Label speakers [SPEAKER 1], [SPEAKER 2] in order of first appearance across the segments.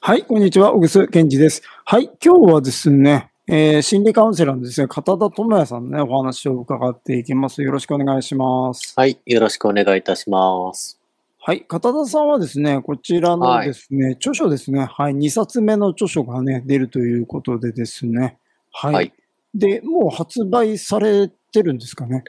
[SPEAKER 1] はい、こんにちは。小楠健二です。はい、今日はですね、えー、心理カウンセラーのですね、片田智也さんのね、お話を伺っていきます。よろしくお願いします。
[SPEAKER 2] はい、よろしくお願いいたします。
[SPEAKER 1] はい、片田さんはですね、こちらのですね、はい、著書ですね、はい、2冊目の著書がね、出るということでですね、はい。はい、で、もう発売されてるんですかね。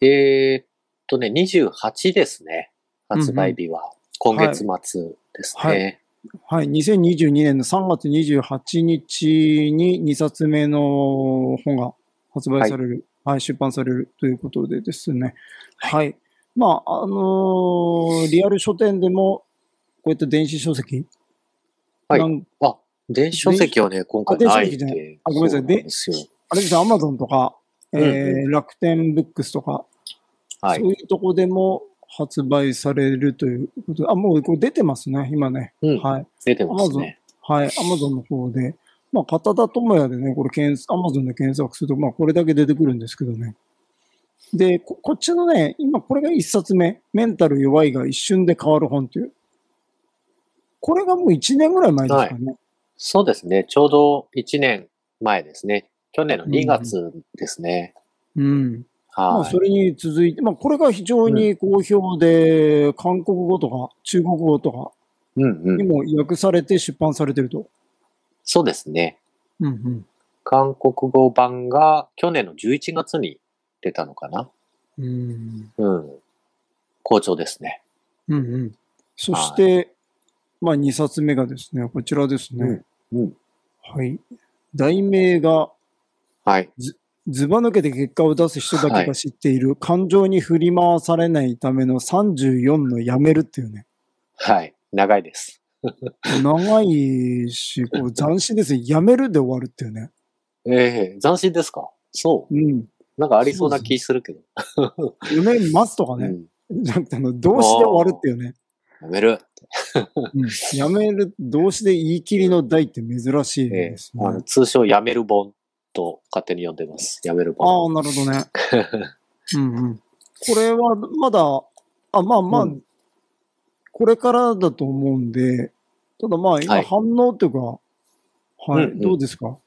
[SPEAKER 2] えー、っとね、28ですね、発売日は。うんうん、今月末ですね。はい
[SPEAKER 1] はい、2022年の3月28日に2冊目の本が発売される、はい、はい、出版されるということでですね、はい、はい、まあ、あのー、リアル書店でも、こういった電子書籍、
[SPEAKER 2] はい、あ、電子書籍はね、今回ない
[SPEAKER 1] って。あ、ごめんなさい、であれですアマゾンとか、えー、うんうん、楽天ブックスとか、はい、そういうとこでも、発売されるということで、あ、もうこれ出てますね、今ね。
[SPEAKER 2] うん、はい。出てますね。
[SPEAKER 1] はい、アマゾンの方で。まあ、片田智也でね、これ検、アマゾンで検索すると、まあ、これだけ出てくるんですけどね。で、ここっちのね、今これが1冊目、メンタル弱いが一瞬で変わる本という。これがもう1年ぐらい前ですかね。はい、
[SPEAKER 2] そうですね、ちょうど1年前ですね。去年の2月ですね。
[SPEAKER 1] うん、うんまあ、それに続いて、まあ、これが非常に好評で、うん、韓国語とか中国語とかにも訳されて出版されてると。うんうん、
[SPEAKER 2] そうですね。
[SPEAKER 1] うんうん、
[SPEAKER 2] 韓国語版が去年の11月に出たのかな。
[SPEAKER 1] うん。
[SPEAKER 2] うん。好調ですね。
[SPEAKER 1] うんうん。そして、はい、まあ、2冊目がですね、こちらですね。
[SPEAKER 2] うん、うん、
[SPEAKER 1] はい。題名が、
[SPEAKER 2] はい。
[SPEAKER 1] ずば抜けて結果を出す人だけが知っている、はい、感情に振り回されないための34のやめるっていうね。
[SPEAKER 2] はい、長いです。
[SPEAKER 1] 長いし、こ う斬新ですね。やめるで終わるっていうね。。
[SPEAKER 2] ええー、斬新ですかそう
[SPEAKER 1] うん。
[SPEAKER 2] なんかありそうな気するけど。
[SPEAKER 1] 夢待つとかね。うん、じゃなくて、あの、動詞で終わるっていうね。
[SPEAKER 2] やめる、
[SPEAKER 1] うん、やめる、動詞で言い切りの題って珍しいです
[SPEAKER 2] ね、ね、えー、通称やめる本と勝手に読んでます。やめる
[SPEAKER 1] ああ、なるほ どね。うんうん。これはまだ、あ、まあまあ、うん、これからだと思うんで、ただまあ今反応というか、はい、はいうんうん、どうですかこ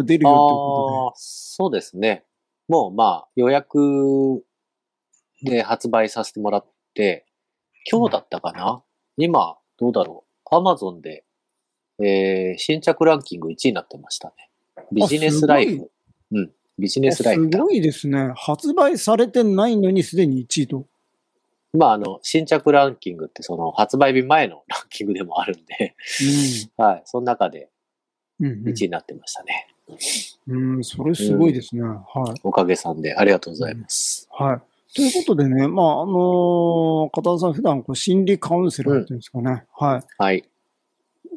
[SPEAKER 1] れ出るよってこと
[SPEAKER 2] で。そうですね。もうまあ予約で発売させてもらって、今日だったかな、うん、今、どうだろう。アマゾンで、えー、新着ランキング1位になってましたね。ビジネスライフ。うん。ビジネスライフ。
[SPEAKER 1] すごいですね。発売されてないのにすでに1位と。
[SPEAKER 2] まあ、あの、新着ランキングってその発売日前のランキングでもあるんで、 うん、はい。その中で1位になってましたね。
[SPEAKER 1] うん、うん、それすごいですね、うん、はい。
[SPEAKER 2] おかげさんでありがとうございます。
[SPEAKER 1] はい。ということでね、まあ、あのー、片田さん普段こう心理カウンセラーっていうんですかね。はい。
[SPEAKER 2] はい。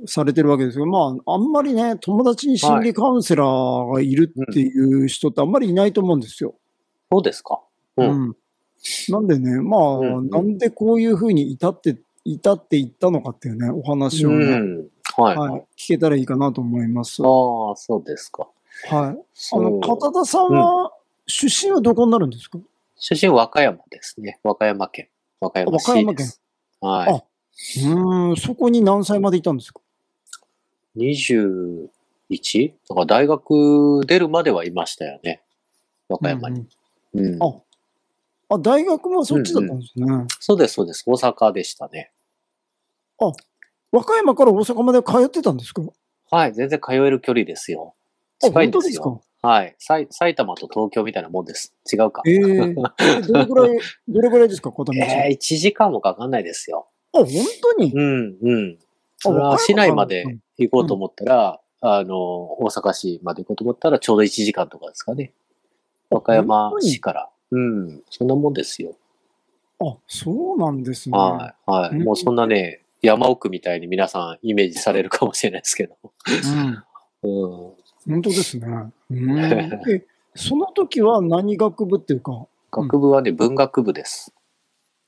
[SPEAKER 1] されてるわけですけど、まあ、あんまりね、友達に心理カウンセラーがいるっていう人ってあんまりいないと思うんですよ。
[SPEAKER 2] そう、はいうん、ですか。
[SPEAKER 1] うん。うん、なんでね、まあ、うんうん、なんでこういうふうに至って、至っていったのかっていうね、お話をね、うん
[SPEAKER 2] はい、はい、
[SPEAKER 1] 聞けたらいいかなと思います。あ
[SPEAKER 2] あ、そうですか。
[SPEAKER 1] はい。あの、片田さんは、出身はどこになるんですか。
[SPEAKER 2] 出身和歌山ですね。和歌山県。和歌山市和歌山県。はい
[SPEAKER 1] うん、そこに何歳までいたんですか
[SPEAKER 2] 21? だから大学出るまではいましたよね。和歌山に。
[SPEAKER 1] うん、うんうん、ああ、大学もそっちだったんですね。うんうん、
[SPEAKER 2] そうです、そうです。大阪でしたね。
[SPEAKER 1] あ、和歌山から大阪まで通ってたんですか
[SPEAKER 2] はい、全然通える距離ですよ。近いんですよ。すはい。埼玉と東京みたいなもんです。違うか。
[SPEAKER 1] え ー、えどれぐらい、どれぐらいですか、
[SPEAKER 2] 片道。えー、1時間もかかんないですよ。
[SPEAKER 1] あ、本当に
[SPEAKER 2] うん、うん。それは市内まで行こうと思ったら、うん、あの、大阪市まで行こうと思ったら、ちょうど1時間とかですかね。和歌山市から。うん、そんなもんですよ。
[SPEAKER 1] あ、そうなんです
[SPEAKER 2] ね。はい、はい。うん、もうそんなね、山奥みたいに皆さんイメージされるかもしれないですけど。
[SPEAKER 1] うん。うん、本当です ね。うん、え、その時は何学部っていうか。
[SPEAKER 2] 学部はね、文学部です。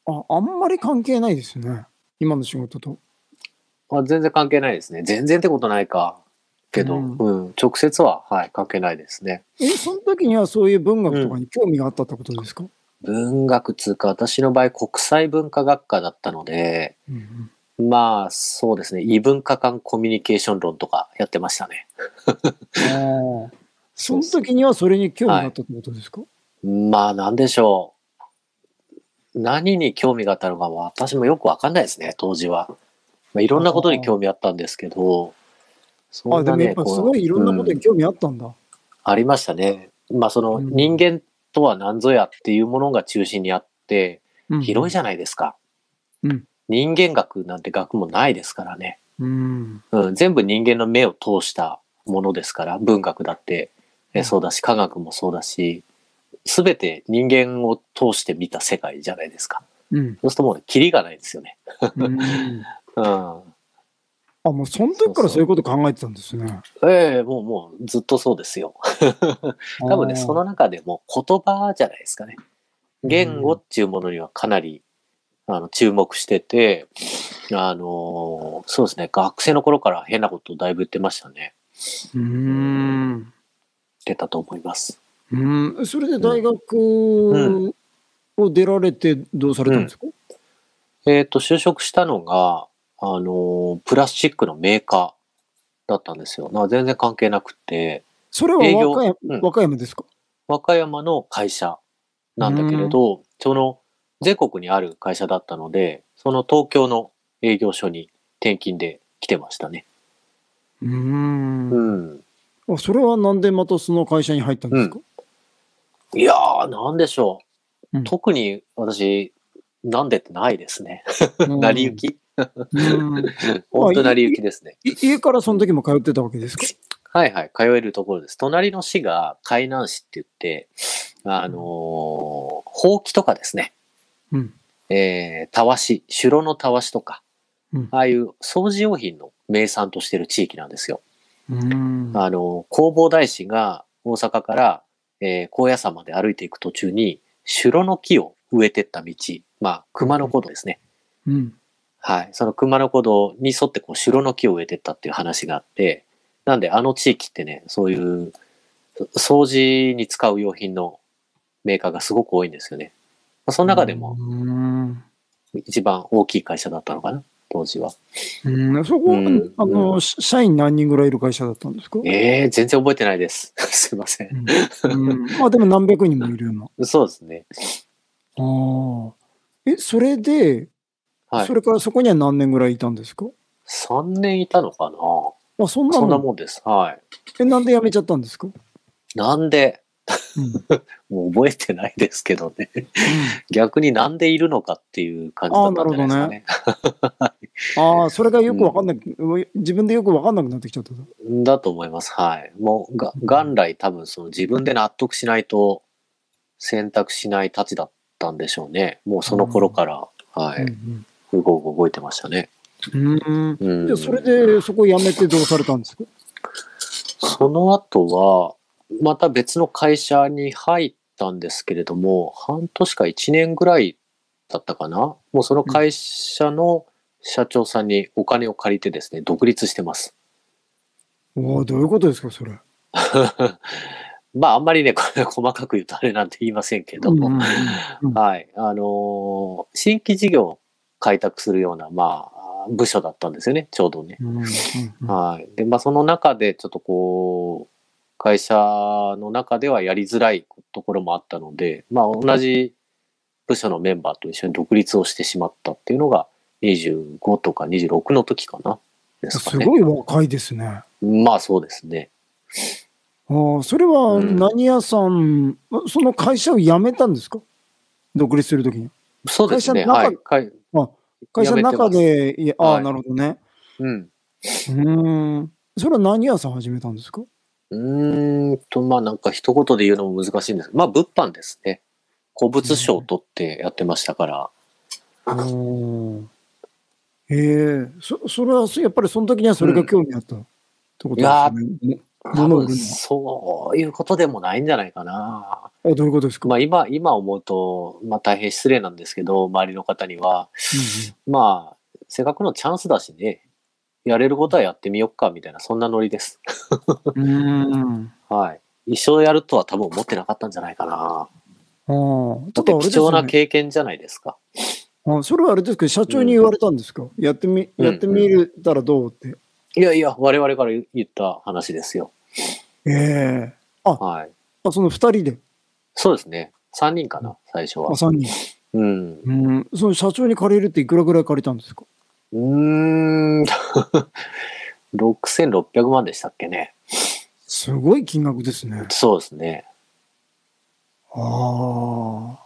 [SPEAKER 1] あ、あんまり関係ないですね。今の仕事と。
[SPEAKER 2] あ、全然関係ないですね。全然ってことないか。けど、うん、うん、直接は、はい、関係ないですね。
[SPEAKER 1] え、その時にはそういう文学とかに興味があったってことですか、
[SPEAKER 2] うん、文学つうか、私の場合、国際文化学科だったので、
[SPEAKER 1] うん
[SPEAKER 2] まあ、そうですね。異文化間コミュニケーション論とかやってましたね。
[SPEAKER 1] ああ。その時にはそれに興味があったってことですか、
[SPEAKER 2] まあ、なんでしょう。何に興味があったのかも私もよくわかんないですね、当時は。まあ、いろんなことに興味あったんですけど、そ
[SPEAKER 1] あ、
[SPEAKER 2] ん
[SPEAKER 1] で
[SPEAKER 2] な
[SPEAKER 1] もやっ
[SPEAKER 2] ね、
[SPEAKER 1] ぱ
[SPEAKER 2] こう
[SPEAKER 1] すごいいろんなことに興味あったんだ。
[SPEAKER 2] ありましたね。まあ、その
[SPEAKER 1] うん
[SPEAKER 2] 人間とは何ぞやっていうものが中心にあって、
[SPEAKER 1] うん
[SPEAKER 2] 広いじゃないですか。
[SPEAKER 1] うん
[SPEAKER 2] 人間学なんて学もないですからね。
[SPEAKER 1] うん。
[SPEAKER 2] うん、全部人間の目を通したものですから、文学だって、えそうだし、科学もそうだし、すべて人間を通して見た世界じゃないですか。
[SPEAKER 1] うん。
[SPEAKER 2] そうするともう、キリがないですよね。
[SPEAKER 1] うん
[SPEAKER 2] うん。
[SPEAKER 1] あ、もうその時からそういうこと考えてたんですね。
[SPEAKER 2] ええもう、もう、ずっとそうですよ。多分ね、その中でも言葉じゃないですかね。言語っていうものにはかなり、あの、注目してて、あのーそうですね、学生の頃から変なことをだいぶ言ってましたね。
[SPEAKER 1] うん。
[SPEAKER 2] 言ってたと思います。
[SPEAKER 1] うん。それで大学を出られてどうされたんですか、
[SPEAKER 2] えっ、と、就職したのが、あのープラスチックのメーカーだったんですよ。な全然関係なくて、
[SPEAKER 1] それは
[SPEAKER 2] 営業
[SPEAKER 1] 和歌山,、
[SPEAKER 2] うん
[SPEAKER 1] 和歌山ですか
[SPEAKER 2] 和歌山の会社なんだけれど、その全国にある会社だったので、その東京の営業所に転勤で来てましたね。
[SPEAKER 1] うん
[SPEAKER 2] うん。
[SPEAKER 1] あそれはなんでまたその会社に入ったんですか、
[SPEAKER 2] いやー、なんでしょう。
[SPEAKER 1] うん
[SPEAKER 2] 特に私、なんでってないですね。 成り行
[SPEAKER 1] き。
[SPEAKER 2] き。
[SPEAKER 1] うん
[SPEAKER 2] 本当成り行きですね。
[SPEAKER 1] い 家からその時も通ってたわけですか
[SPEAKER 2] はいはい、通えるところです。隣の市が海南市って言って、あのーほうきとかですね。
[SPEAKER 1] うん。
[SPEAKER 2] えー、たわし、城のたわしとか、
[SPEAKER 1] うん
[SPEAKER 2] ああいう掃除用品の名産としてる地域なんですよ。
[SPEAKER 1] うん
[SPEAKER 2] あのー弘法大師が大阪から、えー高野山まで歩いていく途中に、城の木を植えてった道、まあ、熊野古道ですね。
[SPEAKER 1] うん。
[SPEAKER 2] はい。その熊野古道に沿ってこう、城の木を植えてったっていう話があって、なんであの地域ってね、そういう、そ掃除に使う用品のメーカーがすごく多いんですよね。まあその中でも
[SPEAKER 1] うん。
[SPEAKER 2] 一番大きい会社だったのかな、当時は。
[SPEAKER 1] うん、そこ、
[SPEAKER 2] うん
[SPEAKER 1] あの、し社員何人ぐらいいる会社だったんですか
[SPEAKER 2] ええ全然覚えてないです。 すいません。
[SPEAKER 1] うん、まあでも何百人もいるような。
[SPEAKER 2] そうですね。
[SPEAKER 1] ああ。え、それで、
[SPEAKER 2] はい
[SPEAKER 1] そ。れからそこには何年ぐらいいたんですか
[SPEAKER 2] 3年いたのかな
[SPEAKER 1] あ、そんな
[SPEAKER 2] そんな
[SPEAKER 1] の
[SPEAKER 2] もんです。は
[SPEAKER 1] え、なんで辞めちゃったんですか、
[SPEAKER 2] い。なんで、
[SPEAKER 1] うん
[SPEAKER 2] もう覚えてないですけどね。逆になんでいるのかっていう感じだったんじゃないですかね。
[SPEAKER 1] ああ、それがよくわかんなく、自分でよくわかんなくなってきちゃった。
[SPEAKER 2] だと思います。はい。もう、が元来多分その自分で納得しないと選択しないたちだったんでしょうね。もうその頃から、は
[SPEAKER 1] う
[SPEAKER 2] い。
[SPEAKER 1] ん
[SPEAKER 2] うごうご動いてましたね。
[SPEAKER 1] うん。
[SPEAKER 2] うん。
[SPEAKER 1] で、それでそこ辞めてどうされたんですか
[SPEAKER 2] その後は、また別の会社に入ったんですけれども、半年か1年ぐらいだったかな。もうその会社の社長さんにお金を借りてですね、独立してます。
[SPEAKER 1] おおどういうことですか、それ。
[SPEAKER 2] まあ、あんまりね、これ 細かく言うとあれなんて言いませんけども、
[SPEAKER 1] うんうんうん
[SPEAKER 2] はい。あのー新規事業を開拓するような、まあ、部署だったんですよね、ちょうどね。
[SPEAKER 1] うんうん
[SPEAKER 2] はい。で、まあ、その中で、ちょっとこう、会社の中ではやりづらいところもあったので、まあ、同じ部署のメンバーと一緒に独立をしてしまったっていうのが、25とか26の時かな。ですか
[SPEAKER 1] す
[SPEAKER 2] ね。
[SPEAKER 1] ごい若いですね。あ
[SPEAKER 2] まあ、そうですね。
[SPEAKER 1] あ、それは何屋さん、その会社を辞めたんですか独立するときに。
[SPEAKER 2] そうです
[SPEAKER 1] 会
[SPEAKER 2] ね。
[SPEAKER 1] 社の中
[SPEAKER 2] はい。会
[SPEAKER 1] 会社の中で、いやああ、
[SPEAKER 2] はい
[SPEAKER 1] なるほどね。
[SPEAKER 2] うん。
[SPEAKER 1] うーん。それは何屋さん始めたんですか
[SPEAKER 2] うーんと、まあなんか一言で言うのも難しいんですけど、まあ物販ですね。古物商を取ってやってましたから、
[SPEAKER 1] ええそ、それは、そやっぱりその時にはそれが興味あったってことですよね。
[SPEAKER 2] 多
[SPEAKER 1] 物を売る
[SPEAKER 2] 分
[SPEAKER 1] の
[SPEAKER 2] そういうことでもないんじゃないかな。
[SPEAKER 1] あどういうことですか、
[SPEAKER 2] まあ今、今思うと、まあ大変失礼なんですけど、周りの方には、まあ、せっかくのチャンスだしね、やれることはやってみよっか、みたいな、そんなノリです。
[SPEAKER 1] うんうん、うん
[SPEAKER 2] はい。一生やるとは多分思ってなかったんじゃないかな。
[SPEAKER 1] ああ、ちょ
[SPEAKER 2] だ
[SPEAKER 1] っ
[SPEAKER 2] っ
[SPEAKER 1] とあ
[SPEAKER 2] て
[SPEAKER 1] れです
[SPEAKER 2] 貴重
[SPEAKER 1] よ
[SPEAKER 2] な
[SPEAKER 1] ね。
[SPEAKER 2] 経験じゃないですか。
[SPEAKER 1] あそれはあれですけど、社長に言われたんですか、やってみ、
[SPEAKER 2] うん
[SPEAKER 1] やってみるたらどうって。
[SPEAKER 2] いやいや、我々から言った話ですよ。
[SPEAKER 1] ええ
[SPEAKER 2] はい。
[SPEAKER 1] あ、その二人で。
[SPEAKER 2] そうですね。3人かな、最初
[SPEAKER 1] あ、
[SPEAKER 2] は。
[SPEAKER 1] 三人。
[SPEAKER 2] うん。う
[SPEAKER 1] うん。その社長に借りるっていくらぐらい借りたんですか
[SPEAKER 2] ーん。6600万でしたっけね。
[SPEAKER 1] すごい金額ですね。
[SPEAKER 2] そうですね。
[SPEAKER 1] あ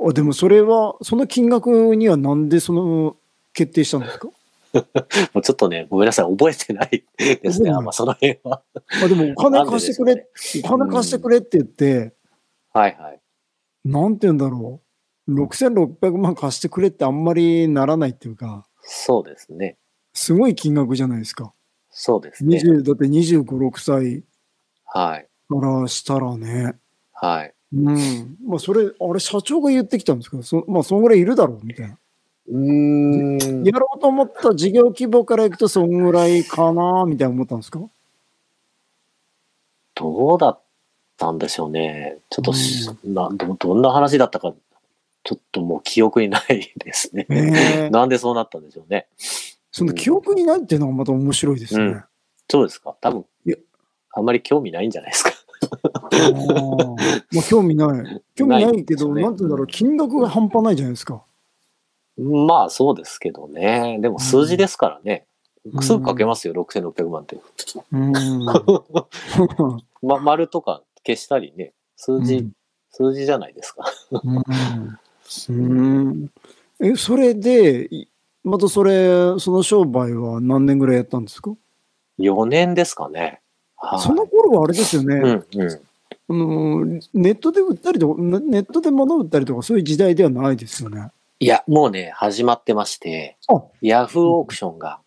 [SPEAKER 1] あ。あ、でもそれは、その金額にはなんでその、決定したん ですか
[SPEAKER 2] もうちょっとね、ごめんなさい、覚えてないです
[SPEAKER 1] 覚えてな
[SPEAKER 2] ね。
[SPEAKER 1] い
[SPEAKER 2] あんまその辺は。
[SPEAKER 1] あ、でもお金貸してく
[SPEAKER 2] なん
[SPEAKER 1] れ、
[SPEAKER 2] で
[SPEAKER 1] お金貸してくれって言って、
[SPEAKER 2] はいはい。
[SPEAKER 1] なんて言うんだろう。6600万貸してくれってあんまりならないっていうか、
[SPEAKER 2] そうですね。
[SPEAKER 1] すごい金額じゃないですか。
[SPEAKER 2] そうですね。
[SPEAKER 1] 20だって25、6歳
[SPEAKER 2] はい。
[SPEAKER 1] からしたらね。
[SPEAKER 2] はい。
[SPEAKER 1] うん。まあ、それ、あれ、社長が言ってきたんですけど、そまあ、そんぐらいいるだろう、みたいな。
[SPEAKER 2] うーん
[SPEAKER 1] や。ろうと思った事業規模からいくと、そんぐらいかな、みたいな思ったんですか
[SPEAKER 2] どうだったんでしょうね。ちょっとし、など、どんな話だったか、ちょっともう記憶にないですね。
[SPEAKER 1] ええ
[SPEAKER 2] なんでそうなったんでしょうね。
[SPEAKER 1] その記憶にないっていうのがまた面白いですね。
[SPEAKER 2] うんそうですか多分
[SPEAKER 1] いや、
[SPEAKER 2] あんまり興味ないんじゃないですか。
[SPEAKER 1] あーまあ、興味ない。興味ないけど、
[SPEAKER 2] ないですね
[SPEAKER 1] なんて言うんだろう、金額が半端ないじゃないですか。
[SPEAKER 2] まあそうですけどね。でも数字ですから
[SPEAKER 1] う
[SPEAKER 2] ね。
[SPEAKER 1] ん
[SPEAKER 2] すぐ書けますよ、6600万って。
[SPEAKER 1] うん。
[SPEAKER 2] ま、丸とか消したりね。数字、数字じゃないですか。
[SPEAKER 1] うん。うんえ、それで、いまたそれ、その商売は何年ぐらいやったんですか
[SPEAKER 2] 4年ですかね。はい
[SPEAKER 1] その頃はあれですよね、
[SPEAKER 2] うんうん。
[SPEAKER 1] あのネットで売ったりとか、ネネットで物を売ったりとか、そういう時代ではないですよね。
[SPEAKER 2] いや、もうね、始まってまして
[SPEAKER 1] あ、
[SPEAKER 2] ヤフーオークションが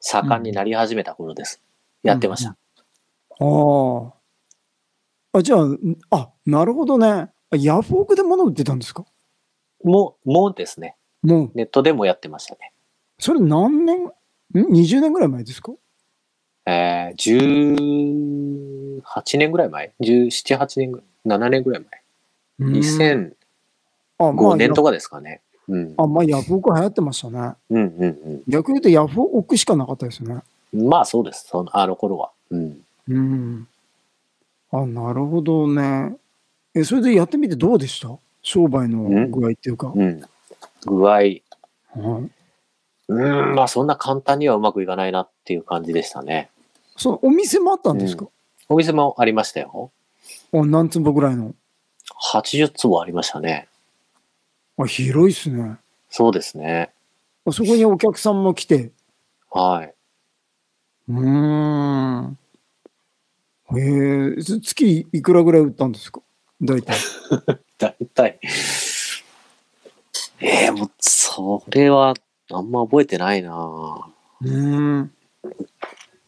[SPEAKER 2] 盛んになり始めた頃です。やってました。
[SPEAKER 1] ああ。あ、じゃあ、んあ、なるほどね。あヤフオクで物売ってたんですか
[SPEAKER 2] もう、もうですね。
[SPEAKER 1] もう、
[SPEAKER 2] ネットでもやってましたね。
[SPEAKER 1] それ何年ん ?20 年ぐらい前ですか
[SPEAKER 2] えー、18年ぐらい前 ?17、8年ぐらい ?7 年ぐらい前。
[SPEAKER 1] うん
[SPEAKER 2] 2005
[SPEAKER 1] あまあ
[SPEAKER 2] 年とかですかね。うん。
[SPEAKER 1] あ、まあ、ヤフオク流行ってましたね。
[SPEAKER 2] うんうん
[SPEAKER 1] 逆に言うとヤフオクしかなかったですよね。
[SPEAKER 2] うん。まあそうです。その、あの頃は。うん。
[SPEAKER 1] うん。あ、なるほどね。え、それでやってみてどうでした商売の具合っていうか。
[SPEAKER 2] うん。具合。
[SPEAKER 1] はい、
[SPEAKER 2] うん、まあそんな簡単にはうまくいかないなっていう感じでしたね。
[SPEAKER 1] そのお店もあったんですか、
[SPEAKER 2] お店もありましたよ。
[SPEAKER 1] あ何坪ぐらいの。
[SPEAKER 2] 80坪ありましたね。
[SPEAKER 1] あ、広いっすね。
[SPEAKER 2] そうですね。
[SPEAKER 1] あそこにお客さんも来て。
[SPEAKER 2] はい。
[SPEAKER 1] うーん。へえ、つ月いくらぐらい売ったんですか大体。
[SPEAKER 2] だいたい。 ええもう、それは、あんま覚えてないなぁ
[SPEAKER 1] うーん。
[SPEAKER 2] ま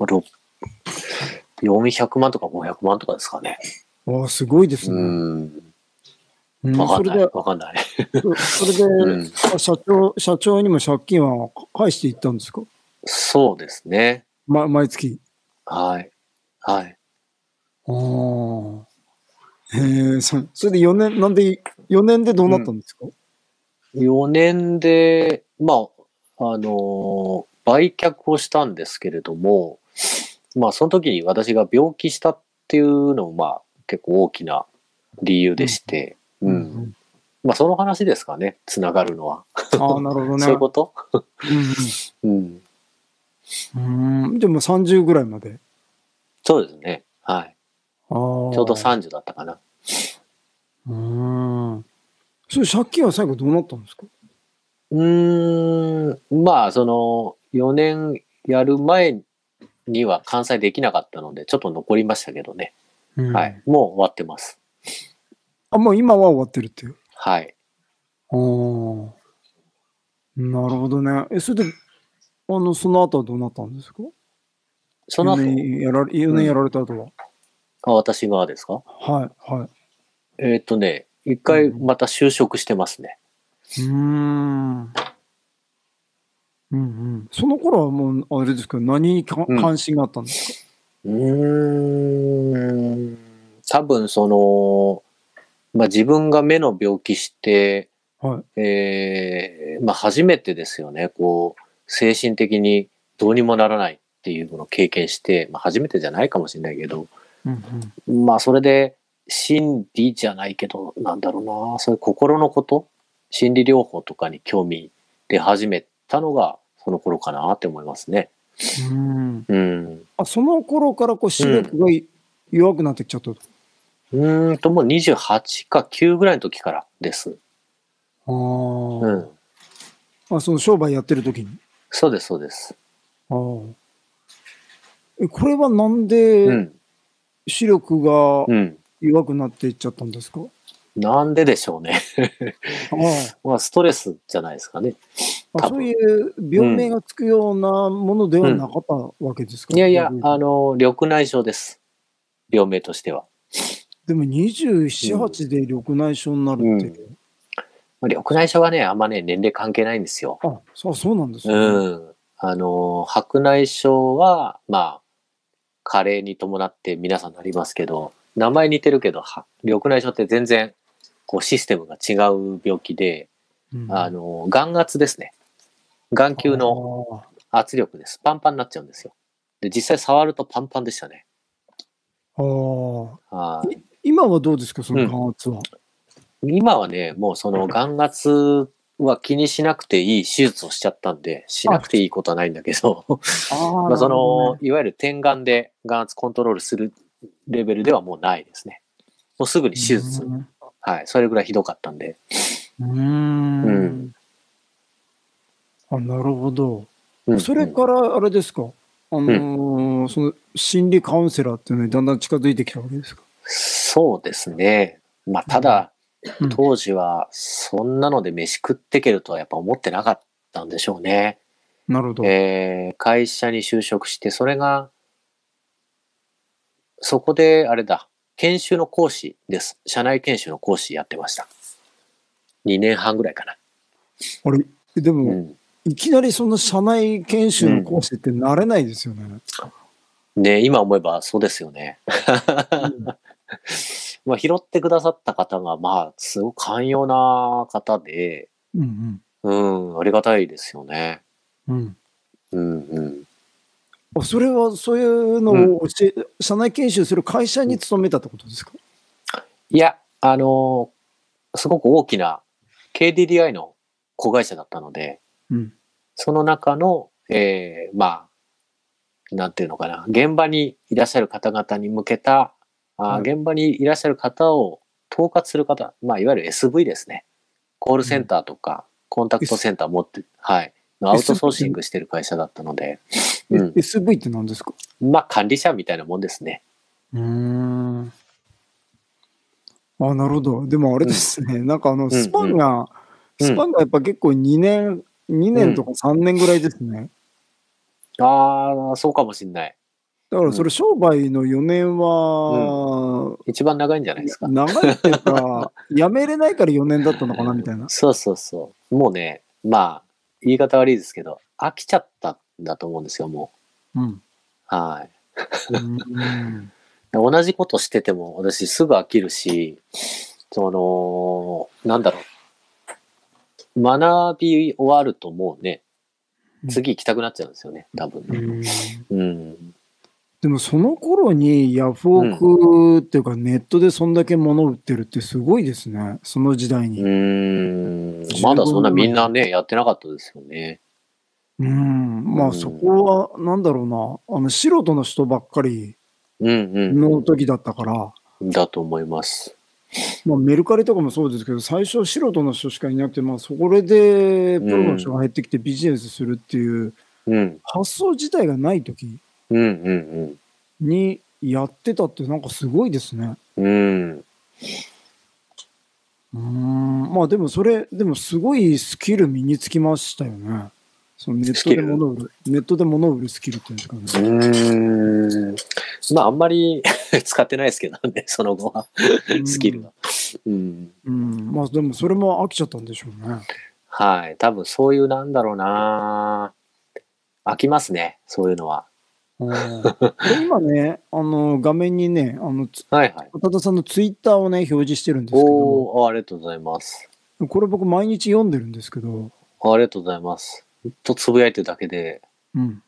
[SPEAKER 2] あろ400万とか500万とかですかね。
[SPEAKER 1] あ、すごいです
[SPEAKER 2] う
[SPEAKER 1] ね。
[SPEAKER 2] ん。
[SPEAKER 1] うん
[SPEAKER 2] わか
[SPEAKER 1] そ
[SPEAKER 2] ん
[SPEAKER 1] れ
[SPEAKER 2] ない。
[SPEAKER 1] で、
[SPEAKER 2] わかんない。
[SPEAKER 1] そそれで、
[SPEAKER 2] うん
[SPEAKER 1] あ社長、社長にも借金は返していったんですか、
[SPEAKER 2] そうですね。
[SPEAKER 1] ま、毎月。
[SPEAKER 2] はい。はい。
[SPEAKER 1] ああ。へえ、そそれで4年、なんで、4年でどうなったんですか、
[SPEAKER 2] 4年で、まあ、あのー売却をしたんですけれども、まあ、その時に私が病気したっていうのも、まあ、結構大きな理由でして、うん。まあ、その話ですかね、つながるのは。
[SPEAKER 1] ああ、なるほどね。
[SPEAKER 2] そういうことう
[SPEAKER 1] うん
[SPEAKER 2] ん。
[SPEAKER 1] うん、うん。でも30ぐらいまで。
[SPEAKER 2] そうですね。はい。
[SPEAKER 1] ああ。ちょ
[SPEAKER 2] ちょうど30だったかな。
[SPEAKER 1] うーん。それ借金は最後どうなったんですか
[SPEAKER 2] うーん、まあ、その、4年やる前には完済できなかったので、ちょっと残りましたけどね。は。い。もう終わってます。
[SPEAKER 1] あ、もう今は終わってるっていう。
[SPEAKER 2] はい。
[SPEAKER 1] ああ。なるほどね。え、それで、あの、その後はどうなったんですか
[SPEAKER 2] その後
[SPEAKER 1] 4、年やられ、4年やられた後は。
[SPEAKER 2] あ私がですか
[SPEAKER 1] はい、はい。
[SPEAKER 2] えーっ、とね、一回また就職してますね。
[SPEAKER 1] うーん。うんうん。その頃はもう、あれですけど、何にか
[SPEAKER 2] うん
[SPEAKER 1] 関心があったんですか、
[SPEAKER 2] うーん。多分その、まあ、自分が目の病気して、
[SPEAKER 1] は
[SPEAKER 2] えーまあ初めてですよね、こう、精神的にどうにもならないっていうのを経験して、まあ初めてじゃないかもしれないけど、
[SPEAKER 1] うんうん。
[SPEAKER 2] まあそれで心理じゃないけど、なんだろうな、そういう心のこと、心理療法とかに興味出始めたのが、その頃かなって思いますね。
[SPEAKER 1] うん
[SPEAKER 2] うん。
[SPEAKER 1] あその頃からこう視力がい弱くなってきちゃったと。
[SPEAKER 2] うーんと、もう28か9ぐらいの時からです。
[SPEAKER 1] あ
[SPEAKER 2] う
[SPEAKER 1] あ、
[SPEAKER 2] ん。
[SPEAKER 1] あその商売やってる時に。
[SPEAKER 2] そうです、そうです。
[SPEAKER 1] ああ。え、これはなん
[SPEAKER 2] う
[SPEAKER 1] で
[SPEAKER 2] ん。
[SPEAKER 1] 視力が
[SPEAKER 2] うん。
[SPEAKER 1] 弱くなっていっちゃったんですか、
[SPEAKER 2] なんででしょうね。
[SPEAKER 1] あ
[SPEAKER 2] まあ、ストレスじゃないですかね。
[SPEAKER 1] ああ、
[SPEAKER 2] 多分
[SPEAKER 1] そういう病名がつくようなものではなかったわけですか、
[SPEAKER 2] いやいや、
[SPEAKER 1] 逆に
[SPEAKER 2] あの、緑内障です。病名としては。
[SPEAKER 1] でも27、
[SPEAKER 2] うん
[SPEAKER 1] 8で緑内障になるって、
[SPEAKER 2] まあ緑内障はね、あんまね、年齢関係ないんですよ。
[SPEAKER 1] あそうそうなんですね。
[SPEAKER 2] うん。あの、白内障は、まあ、加齢に伴って皆さんなりますけど、名前似てるけど、は緑内障って全然、こう、システムが違う病気で、
[SPEAKER 1] うん
[SPEAKER 2] あの、眼圧ですね。眼球の
[SPEAKER 1] の。
[SPEAKER 2] 圧力です。パンパンになっちゃうんですよ。で、実際触るとパンパンでしたね。
[SPEAKER 1] あーあ
[SPEAKER 2] はい
[SPEAKER 1] ー。今はどうですか、その眼圧は。
[SPEAKER 2] 今はね、もうその眼圧は気にしなくていい手術をしちゃったんで、しなくていいことはないんだけど、
[SPEAKER 1] ああ
[SPEAKER 2] まあそ
[SPEAKER 1] なるほど
[SPEAKER 2] の
[SPEAKER 1] ね、
[SPEAKER 2] いわゆる点眼で眼圧コントロールするレベルではもうないですね。もうすぐに手術。
[SPEAKER 1] うん
[SPEAKER 2] はい。それぐらいひどかったんで。
[SPEAKER 1] うーん
[SPEAKER 2] うん
[SPEAKER 1] あなるほど。
[SPEAKER 2] うん
[SPEAKER 1] それからあれですか、あのーその心理カウンセラーっていうのにだんだん近づいてきたわけですか。
[SPEAKER 2] そうですね。まあただ、
[SPEAKER 1] うん
[SPEAKER 2] 当時はそんなので飯食ってけるとはやっぱ思ってなかったんでしょうね。
[SPEAKER 1] なるほど。
[SPEAKER 2] えー会社に就職して、それが、そこで、あれだ、研修の講師です。社内研修の講師やってました。2年半ぐらいかな。
[SPEAKER 1] あれでも、
[SPEAKER 2] うん。
[SPEAKER 1] いきなりその社内研修の講師って慣れないですよ ね。
[SPEAKER 2] ね今思えばそうですよね。まあ、拾ってくださった方が、まあ、すごく寛容な方で、
[SPEAKER 1] うん
[SPEAKER 2] うん、ありがたいですよね。
[SPEAKER 1] うんうん
[SPEAKER 2] うん、うん。
[SPEAKER 1] あそれはそういうのを教え、社内研修する会社に勤めたってことですか、
[SPEAKER 2] いや、あのーすごく大きな KDDI の子会社だったので、
[SPEAKER 1] うん、
[SPEAKER 2] その中の、えーまあ、なんていうのかな、現場にいらっしゃる方々に向けた、
[SPEAKER 1] は
[SPEAKER 2] あー
[SPEAKER 1] い
[SPEAKER 2] 現場にいらっしゃる方を統括する方、まあ、いわゆる SV ですね。コールセンターとか、コンタクトセンター持って、はい、のアウトソーシングしてる会社だったので、う
[SPEAKER 1] え SV って何ですか
[SPEAKER 2] ん。まあ、管理者みたいなもんですね。
[SPEAKER 1] うんあなるほどでもあれですね、なんかあのスパンが、
[SPEAKER 2] うん
[SPEAKER 1] スパンがやっぱ結構2年2年とか3年ぐらいですね、
[SPEAKER 2] ああ、そうかもしんない。
[SPEAKER 1] だからそれ商売の4年は、
[SPEAKER 2] 一番長いんじゃないですか。
[SPEAKER 1] 長いっていう かやめれないから4年だったのかなみたいな
[SPEAKER 2] そうそうそう。もうね、まあ、言い方悪いですけど、飽きちゃったんだと思うんですよ、も
[SPEAKER 1] うん、
[SPEAKER 2] う。はい。
[SPEAKER 1] うん
[SPEAKER 2] 同じことしてても私すぐ飽きるし、その、なんだろう。学び終わるともうね
[SPEAKER 1] う、ん
[SPEAKER 2] 次行きたくなっちゃうんですよね、多分
[SPEAKER 1] う
[SPEAKER 2] ね。
[SPEAKER 1] ん
[SPEAKER 2] うん。
[SPEAKER 1] でもその頃にヤフオクっていうかネットでそんだけ物売ってるってすごいですねその時代
[SPEAKER 2] う
[SPEAKER 1] に、
[SPEAKER 2] ーん。まだそんなみんなね、やってなかったですよね。
[SPEAKER 1] うん、まあ
[SPEAKER 2] うん
[SPEAKER 1] そこはなんだろうなあの素人の人ばっかり
[SPEAKER 2] うん
[SPEAKER 1] の時だったから、
[SPEAKER 2] うん。だと思います。
[SPEAKER 1] まあ、メルカリとかもそうですけど最初素人の人しかいなくて、まあ、そこでプロの人が入ってきてビジネスするっていう
[SPEAKER 2] うん。
[SPEAKER 1] 発想自体がない時
[SPEAKER 2] うんうん
[SPEAKER 1] にやってたってなんかすごいですね。
[SPEAKER 2] うん。うん。
[SPEAKER 1] うーんまあでもそれでもすごいスキル身につきましたよね。そのネット
[SPEAKER 2] スキ
[SPEAKER 1] で
[SPEAKER 2] ル
[SPEAKER 1] 物を売るネットで物を売るスキルっていうんですかね。
[SPEAKER 2] うーん。まああんまり 使ってないですけどね、その後は。 スキルは。うん。
[SPEAKER 1] うん、まあでもそれも飽きちゃったんでしょうね。
[SPEAKER 2] はい。多分そういうなんだろうな飽きますね。そういうのは。
[SPEAKER 1] うんこれ今ねあの画面にねあのつ
[SPEAKER 2] はいはい。
[SPEAKER 1] 片田さんのツイッターをね表示してるんですけど
[SPEAKER 2] おー、ありがとうございます。
[SPEAKER 1] これ僕毎日読んでるんですけど、
[SPEAKER 2] ありがとうございます。ずっとつぶやいてるだけで、
[SPEAKER 1] うん。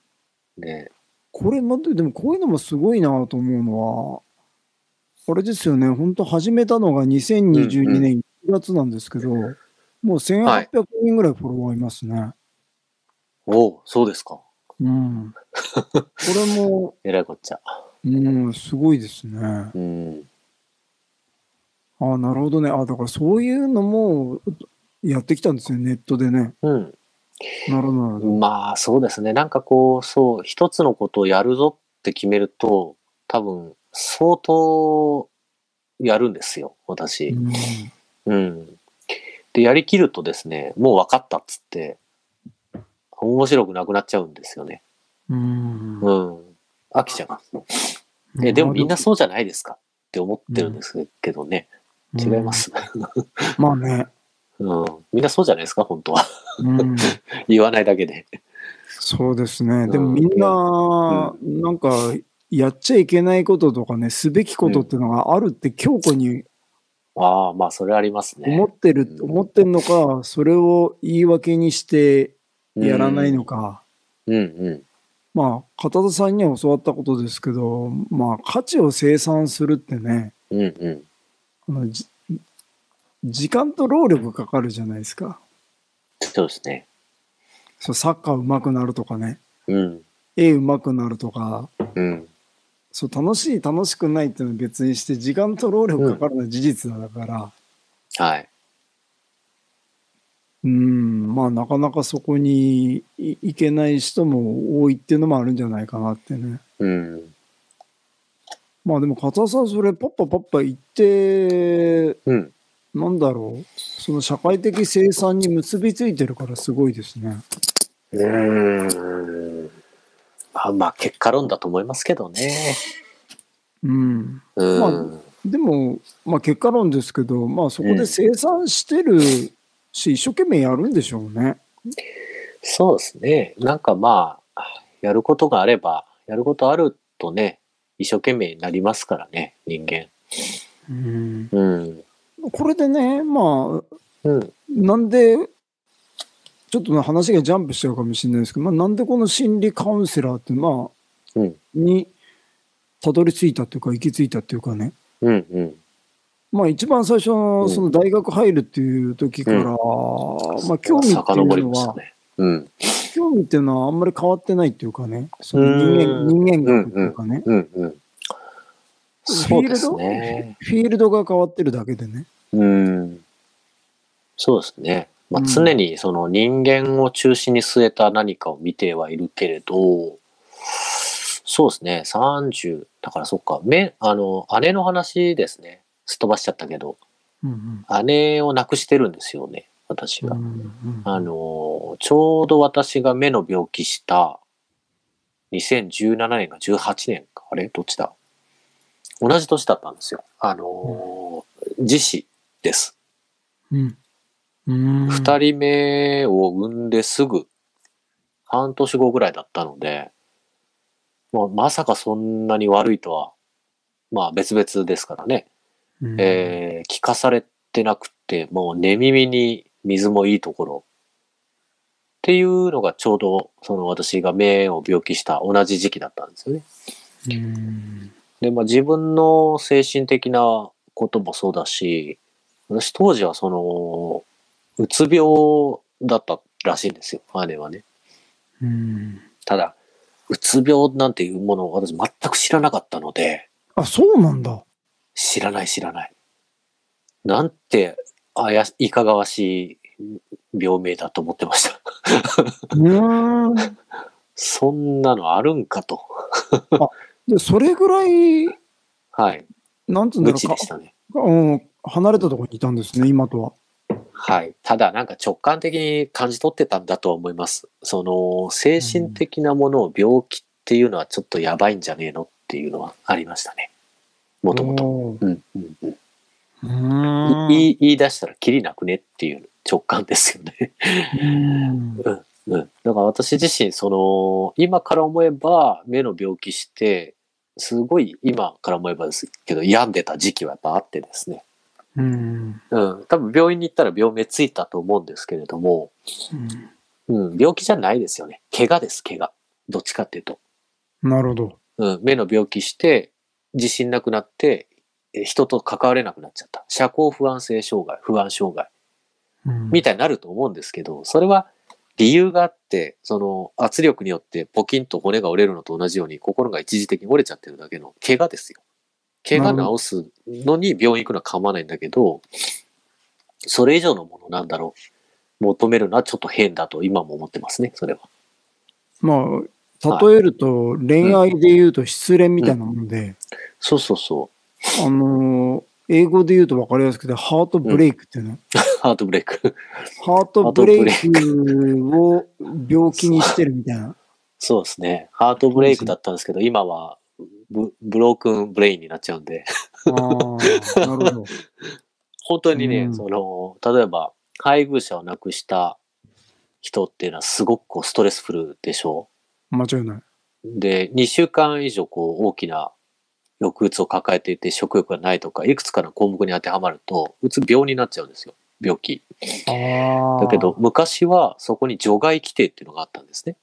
[SPEAKER 2] ね、
[SPEAKER 1] これまで、でもこういうのもすごいなと思うのは、あれですよね、本当始めたのが
[SPEAKER 2] うんう
[SPEAKER 1] 2022
[SPEAKER 2] ん
[SPEAKER 1] 年1月なんですけど、もう
[SPEAKER 2] はい
[SPEAKER 1] 1800人ぐらいフォロワーいますね。
[SPEAKER 2] おお、そうですか。
[SPEAKER 1] うん。これも、
[SPEAKER 2] えらいこっちゃ。
[SPEAKER 1] うん、すごいですね。あ
[SPEAKER 2] うん。
[SPEAKER 1] あ、なるほどね。あだからそういうのもやってきたんですよ、ネットでね。
[SPEAKER 2] うん。
[SPEAKER 1] なるほど、なるほど。
[SPEAKER 2] まあそうですね。なんかこう、そう、一つのことをやるぞって決めると、多分、相当やるんですよ、私。
[SPEAKER 1] うん
[SPEAKER 2] うん。で、やりきるとですね、もう分かったっつって、面白くなくなっちゃうんですよね。
[SPEAKER 1] うん
[SPEAKER 2] うん。飽きちゃう。え、でもみんなそうじゃないですかって思ってるんですけどね。違いま。す。
[SPEAKER 1] うんまあね。
[SPEAKER 2] うん。みんなそうじゃないですか、本当は。
[SPEAKER 1] うん、
[SPEAKER 2] 言わないだけで。
[SPEAKER 1] そうですね。でもみんな、なんか、やっちゃいけないこととかね、すべきことっていうのがあるって強固に
[SPEAKER 2] ああ、まあそれありますね
[SPEAKER 1] 思。ってる、
[SPEAKER 2] うん
[SPEAKER 1] 思ってんのか、それを言い訳にしてやらないのか。
[SPEAKER 2] うんうん。
[SPEAKER 1] まあ、片田さんには教わったことですけど、まあ、価値を生産するってね、
[SPEAKER 2] うんうん。
[SPEAKER 1] あのじ時間と労力かかるじゃないですか。
[SPEAKER 2] そうですね。
[SPEAKER 1] そうサッカー上手くなるとかね、
[SPEAKER 2] うん。
[SPEAKER 1] 絵上手くなるとか、
[SPEAKER 2] うん。
[SPEAKER 1] そう楽しい楽しくないっていうのは別にして時間と労力かかるのは事実だから
[SPEAKER 2] はい。
[SPEAKER 1] うんまあなかなかそこにいいけない人も多いっていうのもあるんじゃないかなってね
[SPEAKER 2] うん。
[SPEAKER 1] まあでも片田さんそれパッパパッパ言って
[SPEAKER 2] うん。
[SPEAKER 1] なんだろうその社会的生産に結びついてるからすごいですね
[SPEAKER 2] うん。まあまあ、結果論だと思いますけどね。
[SPEAKER 1] うん
[SPEAKER 2] うん。
[SPEAKER 1] までもまあ結果論ですけどまあそこで生産してるし一生懸命やるんでしょうね
[SPEAKER 2] そうですね。なんかまあ、やることがあれば、やることあるとね、一生懸命になりますからね、人間。
[SPEAKER 1] うん
[SPEAKER 2] うん。
[SPEAKER 1] これでねまあ
[SPEAKER 2] うん。
[SPEAKER 1] なんで、ちょっとね話がジャンプしちゃうかもしれないですけど、まあ、なんでこの心理カウンセラーって、まあ、
[SPEAKER 2] うん
[SPEAKER 1] にたどり着いたっていうか、行き着いたっていうかね、
[SPEAKER 2] うん。うん。
[SPEAKER 1] まあ、一番最初の
[SPEAKER 2] うん
[SPEAKER 1] その大学入るっていう時から、
[SPEAKER 2] うん
[SPEAKER 1] まあ、興味って
[SPEAKER 2] 遡
[SPEAKER 1] い
[SPEAKER 2] り
[SPEAKER 1] うの
[SPEAKER 2] ました
[SPEAKER 1] は、
[SPEAKER 2] ね。うん。
[SPEAKER 1] 興味っていうのはあんまり変わってないっていうかね、その
[SPEAKER 2] う
[SPEAKER 1] 人間
[SPEAKER 2] ん
[SPEAKER 1] 人間学っていうかね、
[SPEAKER 2] うん。うん。そうですね。
[SPEAKER 1] フィールドが変わってるだけでね。
[SPEAKER 2] うん。そうですね。まあ、
[SPEAKER 1] うん
[SPEAKER 2] 常にその人間を中心に据えた何かを見てはいるけれど、そうですね。30、だからそっか、め、あの、姉の話ですね。すっ飛ばしちゃったけど、
[SPEAKER 1] うん
[SPEAKER 2] 姉を亡くしてるんですよね、私
[SPEAKER 1] うんう
[SPEAKER 2] が。
[SPEAKER 1] んうん
[SPEAKER 2] あの、ちょうど私が目の病気した、2017年か18年か、あれどっちだ同じ年だったんですよ。あの、自死です。
[SPEAKER 1] うんうん
[SPEAKER 2] 二人目を産んですぐ、半年後ぐらいだったので、まあ、まさかそんなに悪いとは、まあ別々ですからね、
[SPEAKER 1] うん
[SPEAKER 2] えー聞かされてなくて、もう寝耳に水もいいところ。っていうのがちょうど、その私が目を病気した同じ時期だったんですよね。
[SPEAKER 1] うん
[SPEAKER 2] で、まあ自分の精神的なこともそうだし、私当時はその、うつ病だったらしいんですよ、姉はね。
[SPEAKER 1] うん
[SPEAKER 2] ただ、うつ病なんていうものを私全く知らなかったので、
[SPEAKER 1] あ、そうなんだ。
[SPEAKER 2] 知らない知らない。なんて、あやし、いかがわしい病名だと思ってました。
[SPEAKER 1] うーん。
[SPEAKER 2] そんなのあるんかと。
[SPEAKER 1] で、それぐらい、
[SPEAKER 2] はい。
[SPEAKER 1] なんつうんだ
[SPEAKER 2] 無
[SPEAKER 1] ろ
[SPEAKER 2] 知
[SPEAKER 1] う
[SPEAKER 2] でしたね。
[SPEAKER 1] か、うん、離れたところにいたんですね、今とは。
[SPEAKER 2] はい。ただ、なんか直感的に感じ取ってたんだとは思います。その、精神的なものを病気っていうのはちょっとやばいんじゃねえのっていうのはありましたね。もともと。
[SPEAKER 1] おー
[SPEAKER 2] うんうんうん
[SPEAKER 1] うーん。
[SPEAKER 2] い言い出したらキリなくねっていう直感ですよね。
[SPEAKER 1] うん
[SPEAKER 2] うん。だから私自身、その、今から思えば目の病気して、すごい今から思えばですけど、病んでた時期はやっぱあってですね。
[SPEAKER 1] うん。
[SPEAKER 2] うん、多分病院に行ったら病名ついたと思うんですけれども、うん、病気じゃないですよね。怪我です、怪我。どっちかっていうと。
[SPEAKER 1] なるほど。
[SPEAKER 2] うん、目の病気して、自信なくなって、え人と関われなくなっちゃった。社交不安性障害、不安障害。
[SPEAKER 1] うん
[SPEAKER 2] みたいになると思うんですけど、それは理由があって、その圧力によってポキンと骨が折れるのと同じように心が一時的に折れちゃってるだけの怪我ですよ。怪
[SPEAKER 1] なるほ
[SPEAKER 2] 我治すのに病院行くのは構わないんだけど、それ以上のものなんだろう。求めるのはちょっと変だと今も思ってますね、それは。
[SPEAKER 1] まあ、例えると、恋愛で言うと失恋みたいなもんで、
[SPEAKER 2] そうそうそう。
[SPEAKER 1] あのー英語で言うと分かりやすくて、ハートブレイクっていうの。
[SPEAKER 2] ハートブレイク。
[SPEAKER 1] ハートブレイクを病気にしてるみたいな。
[SPEAKER 2] そうですね。ハートブレイクだったんですけど、今はブブロークンブレインになっちゃうんで。
[SPEAKER 1] ああ、なるほど。
[SPEAKER 2] 本当にね、
[SPEAKER 1] うん
[SPEAKER 2] その、例えば、配偶者を亡くした人っていうのはすごくこうストレスフルでしょ
[SPEAKER 1] 間違いない。
[SPEAKER 2] う。で、2週間以上こう大きな抑うつを抱えていて食欲がないとか、いくつかの項目に当てはまると、うつ病になっちゃうんですよ。病気。
[SPEAKER 1] ああ。
[SPEAKER 2] だけど、、昔はそこに除外規定っていうのがあったんですね。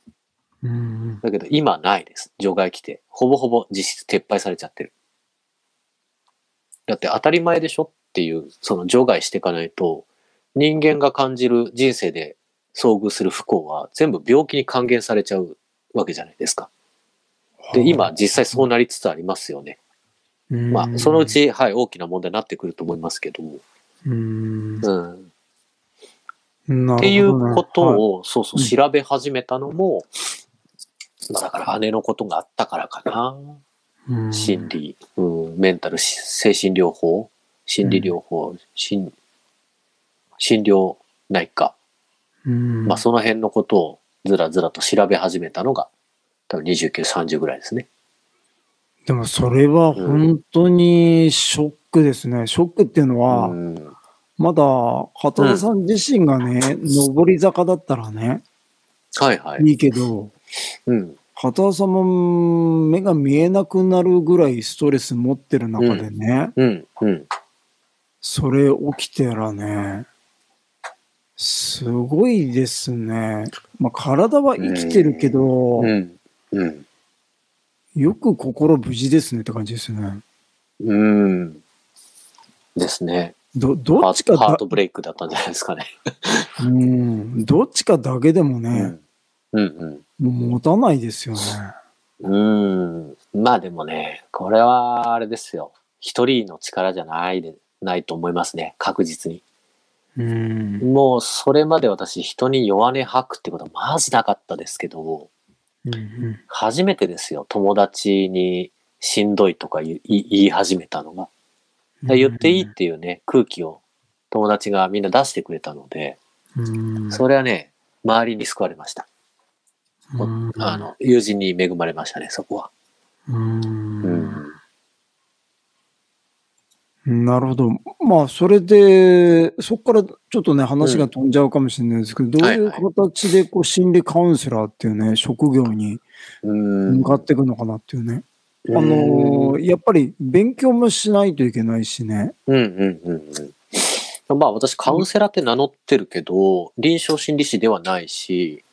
[SPEAKER 1] うん、
[SPEAKER 2] だけど、今ないです。除外規定。ほぼほぼ実質撤廃されちゃってる。だって当たり前でしょっていう、その除外していかないと、人間が感じる人生で遭遇する不幸は全部病気に還元されちゃうわけじゃないですか。で、今実際そうなりつつありますよね。
[SPEAKER 1] うん、
[SPEAKER 2] まあ、そのうち、はい、大きな問題になってくると思いますけど、
[SPEAKER 1] うん、
[SPEAKER 2] うん。
[SPEAKER 1] っ
[SPEAKER 2] っていうこと
[SPEAKER 1] を
[SPEAKER 2] を、そうそう、
[SPEAKER 1] うん
[SPEAKER 2] 調べ始めたのも、まあだから姉のことがあったからかな。心理、うん、メンタル、し精神療法、心理療法、心心療内科、
[SPEAKER 1] うん、
[SPEAKER 2] まあその辺のことをずらずらと調べ始めたのが、多分29、30ぐらいですね。
[SPEAKER 1] でもそれは本当にショックですね。ショックっていうのは、
[SPEAKER 2] うん、
[SPEAKER 1] まだ片田さん自身がね、上り坂だったらね、
[SPEAKER 2] はいはい。
[SPEAKER 1] いいけど、
[SPEAKER 2] うん、
[SPEAKER 1] 片田さんも目が見えなくなるぐらいストレス持ってる中でね、
[SPEAKER 2] うん、うん。
[SPEAKER 1] それ起きてらね、すごいですね。まあ、体は生きてるけど、
[SPEAKER 2] うん、うん。
[SPEAKER 1] よく心無事ですねって感じですね。
[SPEAKER 2] うん。ですね。
[SPEAKER 1] ど、ど
[SPEAKER 2] ハ
[SPEAKER 1] っちか
[SPEAKER 2] ーハー
[SPEAKER 1] だ
[SPEAKER 2] ト、ブレイクだったんじゃないですかね。
[SPEAKER 1] うん、どっちかだけでも
[SPEAKER 2] う
[SPEAKER 1] ね、
[SPEAKER 2] ん、うん、
[SPEAKER 1] もう持たないですよね。
[SPEAKER 2] うん。うん。まあでもね、これはあれですよ。一人の力じゃないで、ないと思いますね。確実に。
[SPEAKER 1] うん。
[SPEAKER 2] もうそれまで私人に弱音吐くってことはまずなかったですけど、
[SPEAKER 1] うん
[SPEAKER 2] 初めてですよ。友達にしんどいとか言い言い言い始めたのが。で言っていいっていうね、空気を友達がみんな出してくれたので、
[SPEAKER 1] うん
[SPEAKER 2] それはね、周りに救われました。
[SPEAKER 1] うん
[SPEAKER 2] あの、友人に恵まれましたね、そこは。
[SPEAKER 1] うん。なるほど。まあ、それで、そこからちょっとね、話が飛んじゃうかもしれないですけど、どういう
[SPEAKER 2] はいは
[SPEAKER 1] 形でこう心理カウンセラーっていうね、職業に
[SPEAKER 2] うん。
[SPEAKER 1] 向かっていくのかなっていうね。
[SPEAKER 2] あ
[SPEAKER 1] あのーやっぱり勉強もしないといけないしね。
[SPEAKER 2] うんうんうんうん。まあ私カウンセラーって名乗ってるけど、臨床心理士ではないし、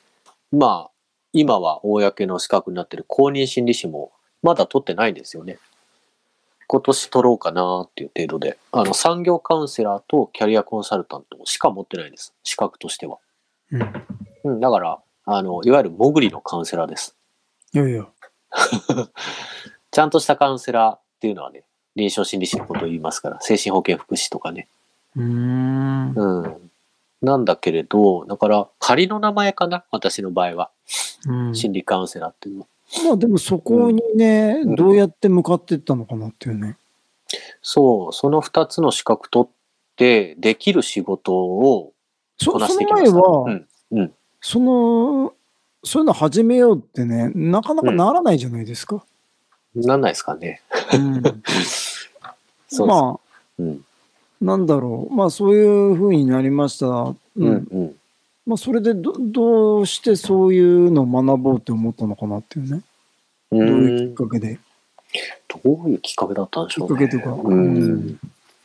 [SPEAKER 2] まあ今は公の資格になってる公認心理士もまだ取ってないんですよね。今年取ろうかなっていう程度で、あの産業カウンセラーとキャリアコンサルタントしか持ってないです。資格としては。
[SPEAKER 1] うん。い
[SPEAKER 2] うん、だから、あの、いわゆる潜りのカウンセラーです。
[SPEAKER 1] やいや。
[SPEAKER 2] ちゃんとしたカウンセラーっていうのはね、臨床心理士のことを言いますから、精神保健福祉とかね、
[SPEAKER 1] うーん。
[SPEAKER 2] うん。なんだけれど、だから仮の名前かな私の場合は。
[SPEAKER 1] うん
[SPEAKER 2] 心理カウンセラーっていうのは。
[SPEAKER 1] まあでもそこにね、
[SPEAKER 2] うん
[SPEAKER 1] どうやって向かっていったのかなっていうね。
[SPEAKER 2] そう、その二つの資格取って、できる仕事を
[SPEAKER 1] そ
[SPEAKER 2] こな
[SPEAKER 1] そ
[SPEAKER 2] して
[SPEAKER 1] の
[SPEAKER 2] きまし
[SPEAKER 1] 前
[SPEAKER 2] た。
[SPEAKER 1] は、
[SPEAKER 2] うん
[SPEAKER 1] その、そういうの始めようってね、なかなかならないじゃないですか。
[SPEAKER 2] なんないですかね。
[SPEAKER 1] うん
[SPEAKER 2] そうです。
[SPEAKER 1] まあ、
[SPEAKER 2] うん。
[SPEAKER 1] なんだろう。まあそういう風になりました。うん。
[SPEAKER 2] うん。うん。
[SPEAKER 1] まあそれでど、どうしてそういうのを学ぼうって思ったのかなっていうね。
[SPEAKER 2] う
[SPEAKER 1] どうい
[SPEAKER 2] ん
[SPEAKER 1] うきっかけで。
[SPEAKER 2] どういうきっかけだったんでし
[SPEAKER 1] き
[SPEAKER 2] ょ
[SPEAKER 1] っ
[SPEAKER 2] う
[SPEAKER 1] か
[SPEAKER 2] ね。
[SPEAKER 1] けとか。
[SPEAKER 2] うん。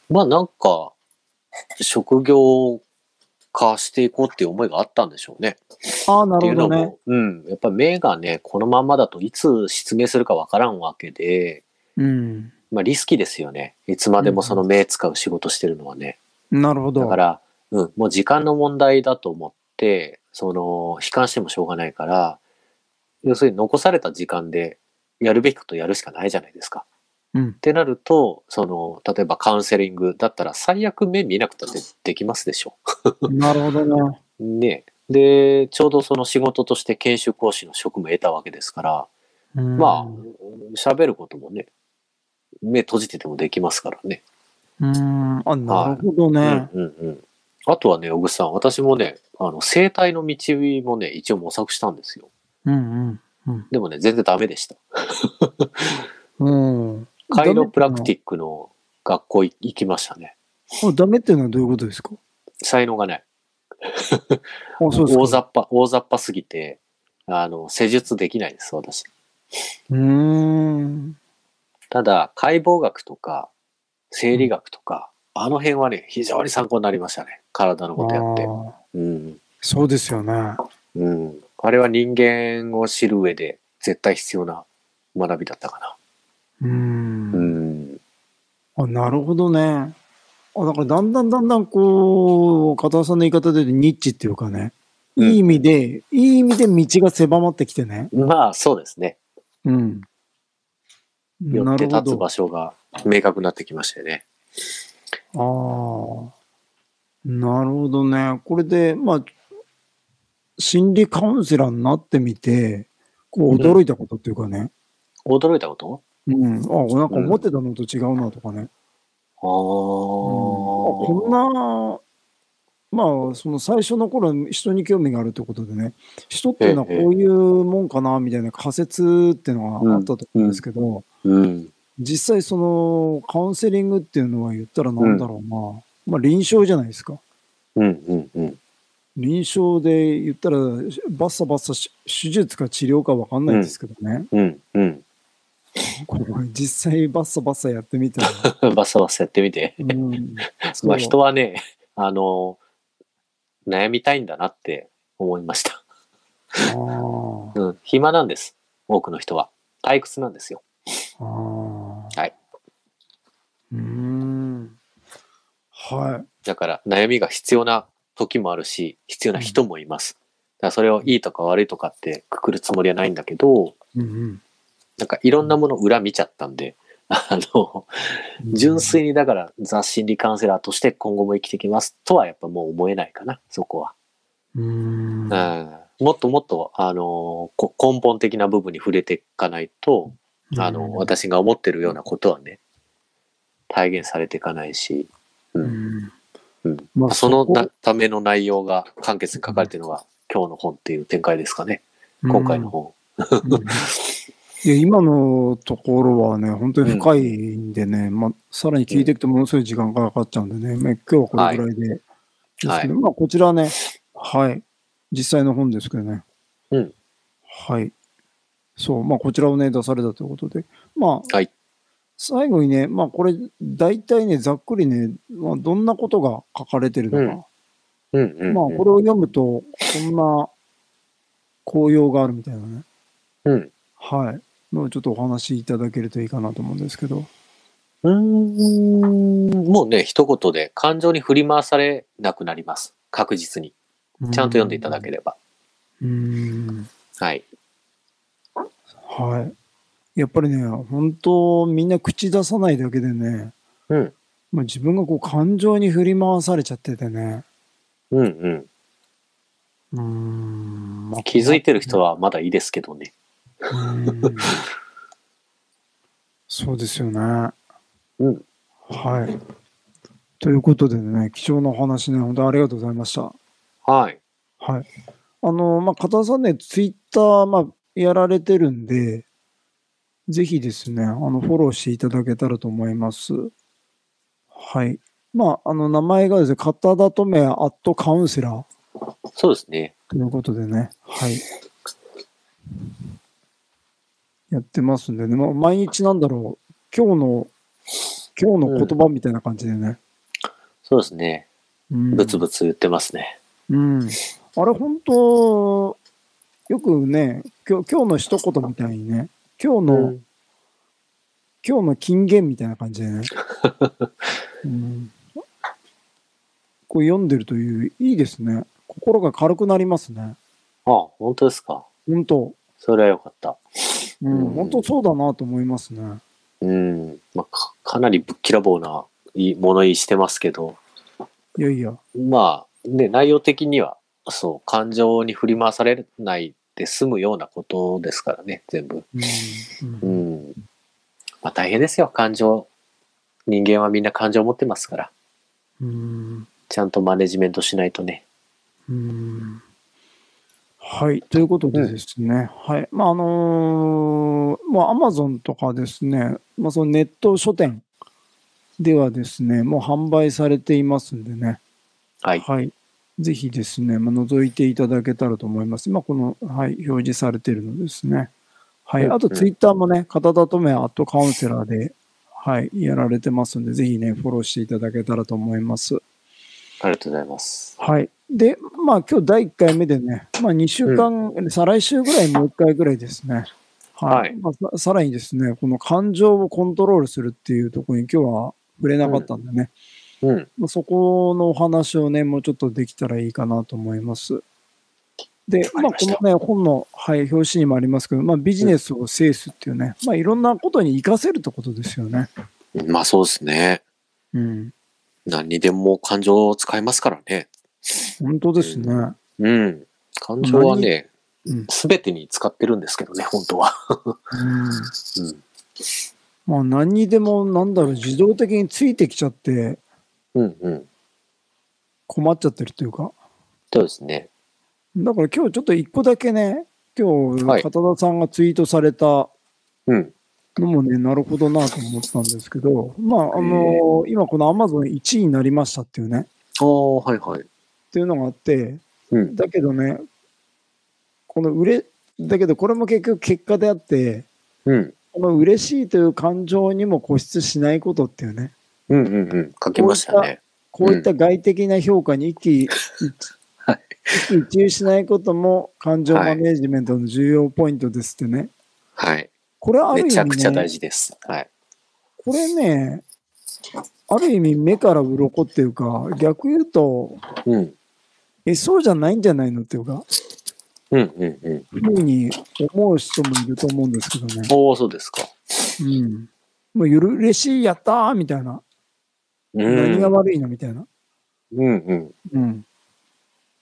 [SPEAKER 2] まあなんか、職業化していこうっていう思いがあったんでしょうね。
[SPEAKER 1] ああ、な
[SPEAKER 2] ってい
[SPEAKER 1] る
[SPEAKER 2] う
[SPEAKER 1] ほど
[SPEAKER 2] の
[SPEAKER 1] ね。
[SPEAKER 2] も、うん。やっぱ目がね、このまんまだといつ失明するかわからんわけで、
[SPEAKER 1] うん。
[SPEAKER 2] まあリスキーですよね。いつまでもその目使う仕事してるのはね。
[SPEAKER 1] なるほど。
[SPEAKER 2] だから、うん、もう時間の問題だと思って、その、悲観してもしょうがないから、要するに残された時間でやるべきことやるしかないじゃないですか。
[SPEAKER 1] うん
[SPEAKER 2] っ。てなると、その、例えばカウンセリングだったら最悪目見なくたってできますでしょ。
[SPEAKER 1] なるほどね。
[SPEAKER 2] ね。で、ちょうどその仕事として研修講師の職務を得たわけですから、
[SPEAKER 1] うん
[SPEAKER 2] まあ、喋ることもね、目閉じててもできますからね。
[SPEAKER 1] うん。あ、なるほどね。
[SPEAKER 2] うんうんうん。あとはね、小口さん、私もね、あの、生態の道もね、一応模索したんですよ。
[SPEAKER 1] うん
[SPEAKER 2] でもね、全然ダメでした。
[SPEAKER 1] うん。うん。
[SPEAKER 2] カイロプラク
[SPEAKER 1] ィ
[SPEAKER 2] ティックの学校い行きましたね。
[SPEAKER 1] ック。ダメっていうのはどういうことですか
[SPEAKER 2] 才能がない。
[SPEAKER 1] あ、そうですか。
[SPEAKER 2] 大雑把、大雑把すぎて、あの、施術できないです、私。
[SPEAKER 1] うーん。
[SPEAKER 2] ただ、解剖学とか、生理学とか、あの辺はね、非常に参考になりましたね。体のことやって。
[SPEAKER 1] ああ
[SPEAKER 2] うん。
[SPEAKER 1] そうですよね。
[SPEAKER 2] うん。あれは人間を知る上で絶対必要な学びだったか
[SPEAKER 1] う。
[SPEAKER 2] な。うんん。
[SPEAKER 1] あ、なるほどね。あ、だからだんだんだんだんこう、片田さんの言い方で言うとニッチっていうかね。いい意味で、いい意味で道が狭まってきてね。
[SPEAKER 2] まあ、そうですね。
[SPEAKER 1] うん。
[SPEAKER 2] 寄
[SPEAKER 1] な
[SPEAKER 2] って
[SPEAKER 1] るほ
[SPEAKER 2] 立つ
[SPEAKER 1] ど。あ
[SPEAKER 2] 場所が明確になってきましたよね。
[SPEAKER 1] あ。なるほどね。これで、まあ、心理カウンセラーになってみて、こう、驚いたことっていうかね。
[SPEAKER 2] 驚いたこと
[SPEAKER 1] うん。あ、なんか思ってたのと違うなとかね。うんあ
[SPEAKER 2] あー、
[SPEAKER 1] こんな、まあ、その最初の頃、人に興味があるってことでね、人っていうのは
[SPEAKER 2] ええ
[SPEAKER 1] こういうもんかな、みたいな仮説っていうのがあったと思うんですけど、
[SPEAKER 2] うん。
[SPEAKER 1] 実際そのカウンセリングっていうのは言ったらなんだろうな、まあ臨床じゃないですか。
[SPEAKER 2] うんうんうん。
[SPEAKER 1] 臨床で言ったらバッサバッサし手術か治療かわかんないんですけどね、
[SPEAKER 2] うんうん。
[SPEAKER 1] これ実際バッサバッサやってみたら、
[SPEAKER 2] バサバサやってみて。
[SPEAKER 1] うん、そう
[SPEAKER 2] まあ、人はね、あの、悩みたいんだなって思いました。
[SPEAKER 1] あ
[SPEAKER 2] うん。暇なんです。多くの人は。退屈なんですよ。
[SPEAKER 1] あ
[SPEAKER 2] は。
[SPEAKER 1] はいうーん。はい。
[SPEAKER 2] だから悩みが必要な時もあるし、必要な人もいます。だからそれをいいとか悪いとかってくくるつもりはないんだけど、
[SPEAKER 1] うん
[SPEAKER 2] なんかいろんなもの裏見ちゃったんで、あの、
[SPEAKER 1] うん
[SPEAKER 2] 純。粋にだからザ・心理カウンセラーとして今後も生きてきますとはやっぱもう思えないかな、そこは。
[SPEAKER 1] うーん。
[SPEAKER 2] うん、もっともっと、あの、こ根本的な部分に触れていかないと、あの、私が思ってるようなことはね、体現されていかないし、う
[SPEAKER 1] うんん
[SPEAKER 2] うん
[SPEAKER 1] まあ、
[SPEAKER 2] その
[SPEAKER 1] こ
[SPEAKER 2] なための内容が簡潔に書かれてるのが今日の本っていう展開ですかね。今回の。本。
[SPEAKER 1] うんうんいや今のところはね、本当に深いんでね、まあ、さらに聞いていくとものすごい時間がかかっちゃうんでね、まあ、今日はこれぐらいで。です
[SPEAKER 2] は
[SPEAKER 1] け
[SPEAKER 2] い
[SPEAKER 1] ど、。まあ、こちらね、はい。実際の本ですけどね。
[SPEAKER 2] うん
[SPEAKER 1] はい。そう、まあ、こちらをね、出されたということで。まあ、
[SPEAKER 2] はい
[SPEAKER 1] 最後にね、まあ、これ、大体ね、ざっくりね、まあ、どんなことが書かれてるのか。
[SPEAKER 2] うんうん。
[SPEAKER 1] まあ、これを読むと、こんな紅葉があるみたいなね。
[SPEAKER 2] うん。
[SPEAKER 1] はい。のをちょっとお話しいただけるといいかなと思うんですけど。
[SPEAKER 2] うーん。もうね、一言で感情に振り回されなくなります。確実に。
[SPEAKER 1] ちゃ
[SPEAKER 2] ちゃんと読んでいただければ。
[SPEAKER 1] うーん。
[SPEAKER 2] はい。
[SPEAKER 1] はい。やっぱりね、本当みんな口出さないだけでね、
[SPEAKER 2] うん。
[SPEAKER 1] まあ、自分がこう感情に振り回されちゃっててね。
[SPEAKER 2] うん
[SPEAKER 1] う
[SPEAKER 2] うん。
[SPEAKER 1] ーん。まあ
[SPEAKER 2] 気づいてる人はまだいいですけどね。
[SPEAKER 1] うーんそうですよね。
[SPEAKER 2] うん。
[SPEAKER 1] はい。ということでね、貴重なお話ね、本当にありがとうございました。
[SPEAKER 2] はい。
[SPEAKER 1] はい。あの、まあ、片田さんね、ツイッター、まあ、やられてるんで、ぜひですね、あの、フォローしていただけたらと思います。はい。まあ、あの、名前がですね、片田とめアットカウンセラー
[SPEAKER 2] そうですね。
[SPEAKER 1] ということでね、はい。やってますんでね、まあ、毎日なんだろう、今日の、今日の言葉みたいな感じでね、
[SPEAKER 2] そうです
[SPEAKER 1] う
[SPEAKER 2] ね。
[SPEAKER 1] ん
[SPEAKER 2] ブツブツ言ってますね。
[SPEAKER 1] うん。あれ、本当よくね、今日今日の一言みたいにね、今日の、
[SPEAKER 2] うん
[SPEAKER 1] 今日の金言みたいな感じ でね。うん、こう読んでるという、いいですね。心が軽くなりますね。
[SPEAKER 2] ああ、本当ですか。
[SPEAKER 1] 本当、
[SPEAKER 2] それはよかった。
[SPEAKER 1] うん
[SPEAKER 2] うん
[SPEAKER 1] 本当そうだなと思いますね。
[SPEAKER 2] うん。まあ、かかなりぶっきらぼうな、いい物言いしてますけど、
[SPEAKER 1] いやいや。
[SPEAKER 2] まあ、ね、内容的には、そう、感情に振り回されないで済むようなことですからね、全部。
[SPEAKER 1] うん
[SPEAKER 2] う
[SPEAKER 1] うん
[SPEAKER 2] ん。まあ、大変ですよ、感情。人間はみんな感情を持ってますから、
[SPEAKER 1] うん
[SPEAKER 2] ちゃんとマネジメントしないとね。
[SPEAKER 1] うんはい。ということでですね。はい。まあ、あのーまあ、アマゾンとかですね、まあ、そのネット書店ではですね、もう販売されていますんでね。
[SPEAKER 2] はい。
[SPEAKER 1] ぜひですね、まあ、覗いていただけたらと思います。今、この、はい、表示されているのですね。は
[SPEAKER 2] う
[SPEAKER 1] い。
[SPEAKER 2] んうん
[SPEAKER 1] あと、ツイッターもね、片田とめアットカウンセラーで、はい、やられてますんで、ぜひね、フォローしていただけたらと思います。
[SPEAKER 2] ありがとうございます。
[SPEAKER 1] はい。で、まあ今日第1回目でね、まあ2週間、再来週ぐらいもう1回ぐらいですね。
[SPEAKER 2] はい
[SPEAKER 1] まあささらにですね、この感情をコントロールするっていうところに今日は触れなかったんでね、
[SPEAKER 2] うん。
[SPEAKER 1] まあ、そこのお話をね、もうちょっとできたらいいかなと思います。で、ま
[SPEAKER 2] わかり
[SPEAKER 1] あ
[SPEAKER 2] まし
[SPEAKER 1] こ
[SPEAKER 2] た
[SPEAKER 1] のね、本の、はい、表紙にもありますけど、まあビジネスを制すっていうね、まあいろんなことに活かせるってことですよね。
[SPEAKER 2] まあ、そうですね。
[SPEAKER 1] うん。
[SPEAKER 2] 何にでも感情を使いますからね。
[SPEAKER 1] 本当ですね。
[SPEAKER 2] うん。感情はね
[SPEAKER 1] うん、
[SPEAKER 2] すべ、てに使ってるんですけどね、本当は。
[SPEAKER 1] うん
[SPEAKER 2] うん。
[SPEAKER 1] まあ何にでもなんだろう自動的についてきちゃって
[SPEAKER 2] うんうん。
[SPEAKER 1] 困っちゃってるというか
[SPEAKER 2] そうですね。
[SPEAKER 1] だから今日ちょっと一個だけね今日
[SPEAKER 2] はい
[SPEAKER 1] 片田さんがツイートされたの
[SPEAKER 2] うん。
[SPEAKER 1] もね、なるほどなと思ったんですけどまああの今この Amazon1 位になりましたっていうね
[SPEAKER 2] ああ、はいはい。
[SPEAKER 1] っていうのがあって
[SPEAKER 2] うん。
[SPEAKER 1] だけどねこの売れだけどこれも結局結果であって
[SPEAKER 2] うん。
[SPEAKER 1] この嬉しいという感情にも固執しないことっていうね
[SPEAKER 2] うんうんうん。書けましたね。
[SPEAKER 1] こういった外的な評価に一喜一
[SPEAKER 2] はい
[SPEAKER 1] 喜一憂しないことも感情マネジメントの重要ポイントですってね。
[SPEAKER 2] はい。
[SPEAKER 1] これはある意
[SPEAKER 2] め
[SPEAKER 1] 味、ね、
[SPEAKER 2] ちゃくちゃ大事です。はい。
[SPEAKER 1] これね、ある意味目から鱗っていうか、逆言うと、
[SPEAKER 2] うん。
[SPEAKER 1] え、そうじゃないんじゃないのっていうか、
[SPEAKER 2] うんうんうん。
[SPEAKER 1] ふうに思う人もいると思うんですけどね。
[SPEAKER 2] おお、そうですか。
[SPEAKER 1] うん。もうゆる、嬉しい、やったーみたいな。
[SPEAKER 2] うん。
[SPEAKER 1] 何が悪いのみたいな。
[SPEAKER 2] うんうん。
[SPEAKER 1] うん、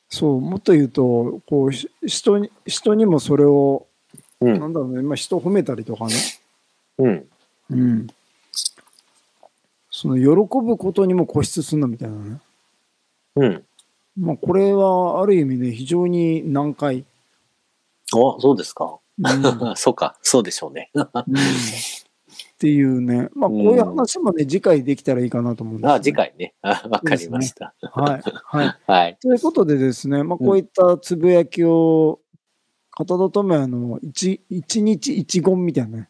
[SPEAKER 1] そうもっと言うとこうし人に人にもそれを、
[SPEAKER 2] うん
[SPEAKER 1] なんだろうね、まあ、人を褒めたりとかね、
[SPEAKER 2] うん。
[SPEAKER 1] うん、その喜ぶことにも固執するなみたいなね、
[SPEAKER 2] うん。
[SPEAKER 1] まあ、これはある意味ね非常に難解、
[SPEAKER 2] おそうですか。
[SPEAKER 1] うんうんっ
[SPEAKER 2] そうか。そうでしょうね。
[SPEAKER 1] ていうね、まあ、こういう話もね次回できたらいいかなと思うんです、ね、
[SPEAKER 2] あ次回ね。あわかりました。
[SPEAKER 1] はい、はい
[SPEAKER 2] はい。
[SPEAKER 1] ということでですね、まあ、こういったつぶやきを、片田智也の一一日一言みたいな ね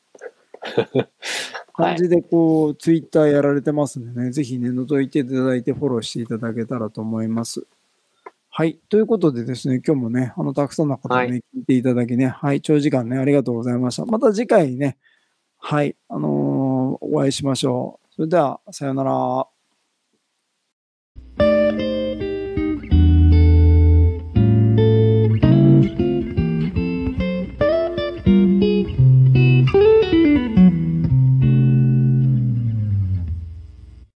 [SPEAKER 2] は
[SPEAKER 1] 感
[SPEAKER 2] い
[SPEAKER 1] じでこう、ツイッターやられてますんでね、ぜひね、覗いていただいてフォローしていただけたらと思います。はい。ということでですね、今日もね、あの、たくさんの方に、ね
[SPEAKER 2] は
[SPEAKER 1] 聞いていただきね、はい、長時間ね、ありがとうございました。また次回ね、はい、あのーお会いしましょう。それでは、さようなら。